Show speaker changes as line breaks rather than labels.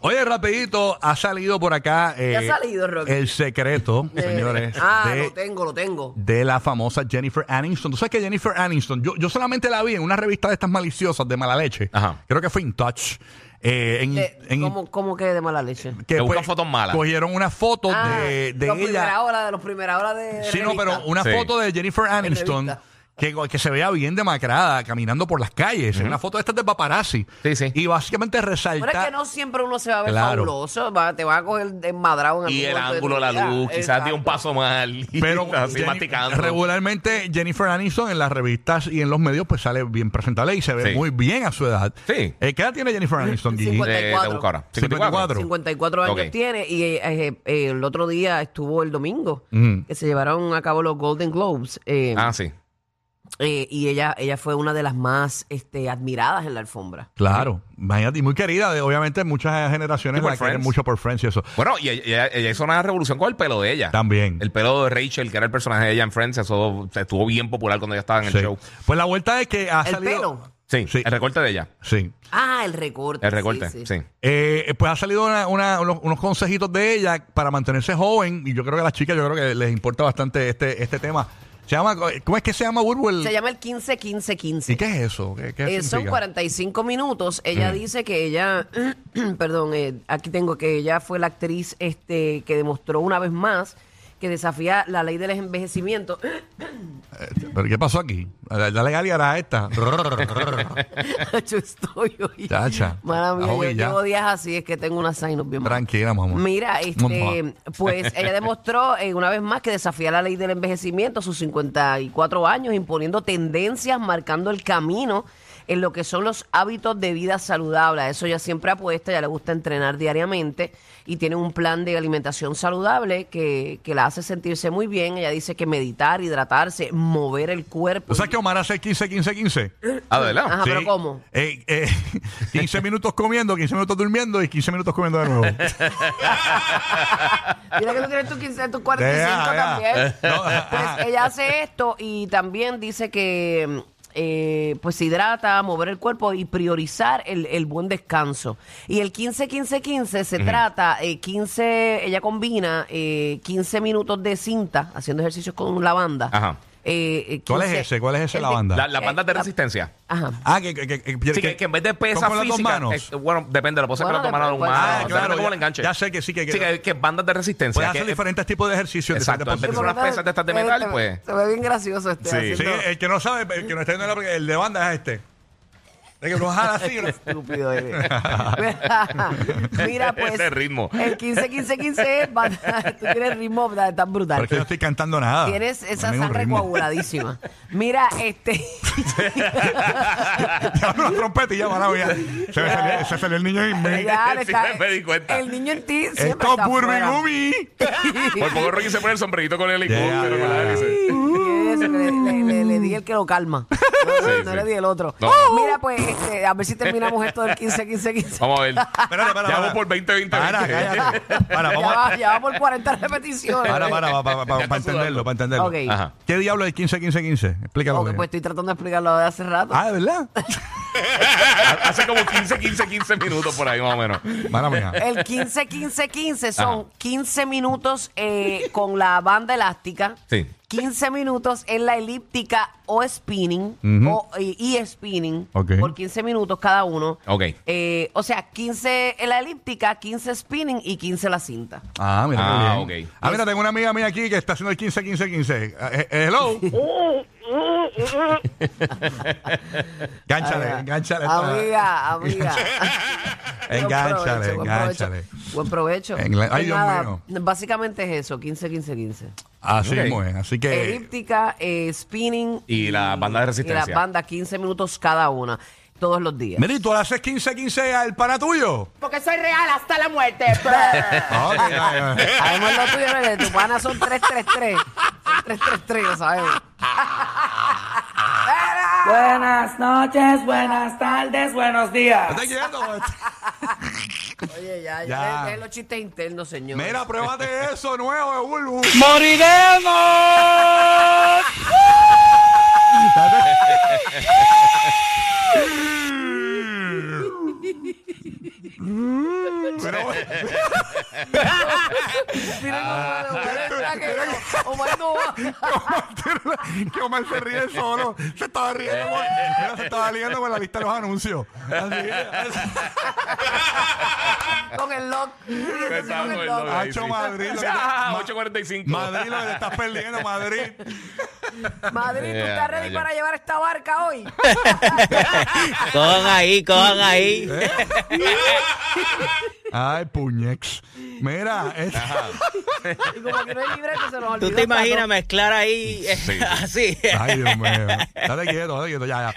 Oye, rapidito, ha salido por acá
¿Qué
eh,
ha salido, Rocky?
el secreto, señores,
ah,
de,
lo tengo, lo tengo.
de la famosa Jennifer Aniston. Tú sabes que Jennifer Aniston, yo, yo solamente la vi en una revista de estas maliciosas de mala leche.
Ajá.
Creo que fue In Touch. Eh, en,
Eh,
en-
¿Cómo, cómo que de mala leche?
que pues,
Que buscan fotos malas.
Cogieron una foto
Ah,
de, de
los
ella.
primera hora, de los primera hora de
Sí, no,
revista.
pero una
Sí.
foto de Jennifer Aniston
revista.
que, que se veía bien demacrada caminando por las calles. Una foto de estas de paparazzi.
Sí, sí.
Y básicamente resalta.
Pero es que no siempre uno se va a ver
Claro.
fabuloso. va- te va a coger desmadrado en algún
Y el
momento de tu
ángulo, la
vida.
luz, quizás dio un
Exacto.
paso mal.
Pero
así
Jenni-
masticando.
regularmente Jennifer Aniston en las revistas y en los medios pues sale bien presentable y se ve
Sí.
muy bien a su edad.
Sí.
Eh, ¿Qué edad tiene Jennifer Aniston? Gigi?
Cincuenta.
Eh, te busco ahora.
54.
54 años
Ok.
tiene y eh, eh, eh, el otro día estuvo el domingo que se llevaron a cabo los Golden Globes eh,
Ah, sí.
eh, y ella ella fue una de las más este, admiradas en la alfombra.
Claro, imagínate, y muy querida, de- obviamente muchas generaciones
Y por
la quieren
Friends.
mucho por Friends y eso.
Bueno, y ella, ella hizo una revolución con el pelo de ella.
También.
El pelo de Rachel, que era el personaje de ella en Friends, eso estuvo bien popular cuando ella estaba en el
Sí.
show.
Pues la vuelta es que ha
El
salido...
pelo.
Sí,
Sí.
el recorte de ella.
Sí.
Ah, el recorte.
El recorte, sí.
Eh, pues ha salido una- una- unos, unos consejitos de ella para mantenerse joven y yo creo que a las chicas yo creo que les importa bastante este, este tema. Se llama, ¿Cómo es que se llama, Burbu? El-
Se llama el 15 15 15.
¿Y qué es eso? ¿Qué, qué Mm.
Eh, son
significa?
45 minutos. Ella dice que ella, perdón, eh, aquí tengo que ella fue la actriz este que demostró una vez más que desafía la ley del envejecimiento.
¿Pero qué pasó aquí? Dale dale a esta.
yo estoy hoy.
Chacha.
Mala mía,
Ah,
yo
hoy ya.
llevo días así, es que tengo una signos bien malas.
Tranquila, mamá.
Mira,
Mamá.
este, pues ella demostró eh, una vez más que desafía la ley del envejecimiento a sus 54 años, imponiendo tendencias, marcando el camino en lo que son los hábitos de vida saludable. A eso ella siempre apuesta, ya le gusta entrenar diariamente y tiene un plan de alimentación saludable que, que la hace sentirse muy bien. Ella dice que meditar, hidratarse, mover el cuerpo.
¿Tú sabes que Omar hace 15, 15, 15?
Ah, ¿verdad?
Ajá, pero ¿cómo?
Eh, eh, 15 minutos comiendo, 15 minutos durmiendo y 15 minutos comiendo de nuevo.
Mira que tú tienes tus 15, tus 45
Deja, deja.
también.
Eh. No,
Pues ella hace esto y también dice que eh, pues se hidrata, mover el cuerpo y priorizar el, el buen descanso. Y el 15-15-15 se trata, eh, 15, ella combina eh, 15 minutos de cinta haciendo ejercicios con la banda.
Ajá.
Eh, eh,
¿Cuál es
15
ese? ¿Cuál es ese
el
la
de- Eh,
banda?
La, la banda de resistencia.
Ajá.
Ah, que, que, que, que-
Sí, que, que en vez de
¿Con-
pesa
con las dos
física,
manos?
es- bueno, depende, la pose
Bueno,
con las dos manos
depende,
de un
puede
mano.
ser.
Ah,
depende
claro,
cómo
ya-
le enganche.
ya sé que sí, que- que-
sí, que, que bandas de resistencia.
Puedes
que-
hacer diferentes tipos de ejercicios.
Exacto,
diferentes
en vez de
posiciones.
unas pesas de estas de
Se ve-
metal,
se-
pues.
Se ve bien gracioso este.
Sí.
Sí,
haciendo-
el que no sabe, el que no está viendo la- el de banda es este. De que lo jala así. ¿no?
Estúpido eres. Mira, pues.
Ese ritmo.
El 15-15-15 es. banda- Tú tienes ritmo da- tan
Pero
brutal.
es que no estoy cantando nada.
Tienes
No
esa
hay ningún
sangre
ritmo.
coaguladísima. Mira, este.
Ya hablo la trompeta y ya van a ver. Se me salió- se salió el niño en mí.
ya le
Sí,
está-
me di cuenta.
El niño en ti. siempre
Esto
está
es
afuera.
Burmigumi.
Por poco Rocky se pone el sombrerito con el helicóptero.
Ya,
con la
ya.
hélice.
Y eso, que le, le- le- le di el que lo calma. No,
Sí,
no
sí.
le di el otro.
No.
Mira, pues, este, a ver si terminamos esto del 15-15-15.
Vamos a ver.
Espérate, para,
Ya
para.
voy por 20, 20,
Para,
20.
cállate. Para,
Ya,
vamos a-
va- ya va por 40 repeticiones.
Para, para, para, para, para,
Ya
para
está
entenderlo,
sudando.
para entenderlo.
Ok.
Ajá.
¿Qué diablo es 15, 15, 15? Explícalo.
Ok,
bien.
pues estoy tratando de explicarlo de hace rato.
Ah, ¿de verdad?
Hace como 15, 15, 15 minutos por ahí más o menos.
Mala mía.
El 15-15-15 son
Ajá.
15 minutos eh, con la banda elástica.
Sí.
15 minutos en la elíptica o spinning o, y, y spinning
Ok.
por 15 minutos cada uno.
Ok.
Eh, o sea, 15 en la elíptica, 15 spinning y 15 la cinta.
Ah, mira, qué
Ah,
bien.
ok.
Ah, mira, tengo una amiga mía aquí que está haciendo el 15, 15, 15. Ah, eh, hello. Gánchale,
Ahora,
engánchale.
Ah, Amiga, amiga. Buen
Engánchale,
provecho, buen provecho.
engánchale.
Buen provecho.
En la- ay,
Pues
Dios mío.
Básicamente es eso, 15-15-15.
Así
Ok.
mismo es. Así que.
elíptica, eh, spinning
Y la banda de resistencia.
Y la banda 15 minutos cada una. todos los días.
Mira, ¿y tú le haces 15-15 al pana tuyo?
Porque soy real hasta la muerte.
Ah, ok, ah, ah.
Además, lo tuyo, no es de tu pana son 333. Son 333, lo sabemos.
buenas noches, buenas tardes, buenos días.
¿Estás quedando?
Oye, ya,
Ya.
ya. dejen los chistes internos, señor.
Mira, pruébate eso nuevo de Bulbu.
¡Moriremos!
Ah.
Omar no va.
que Omar se ríe solo. Se estaba riendo. con- Mira, se estaba riendo con la lista de los anuncios. Así, así.
Con el lock. Con el lock.
lock. Hacho Madrid, lo que-
Ah,
Ma-
8.45.
Madrid, lo que te estás perdiendo, Madrid.
Madrid, ¿tú
Ya,
estás ready
ya.
para llevar esta barca hoy?
Cojan ahí, cojan ahí.
Ay, puñex. Mira, este- es-
Y como que no hay libreto, se nos olvidó.
¿Tú te
hasta
imaginas mezclar ahí eh,
Sí.
así?
ay, Dios mío. Date quieto, date quieto, ya, ya.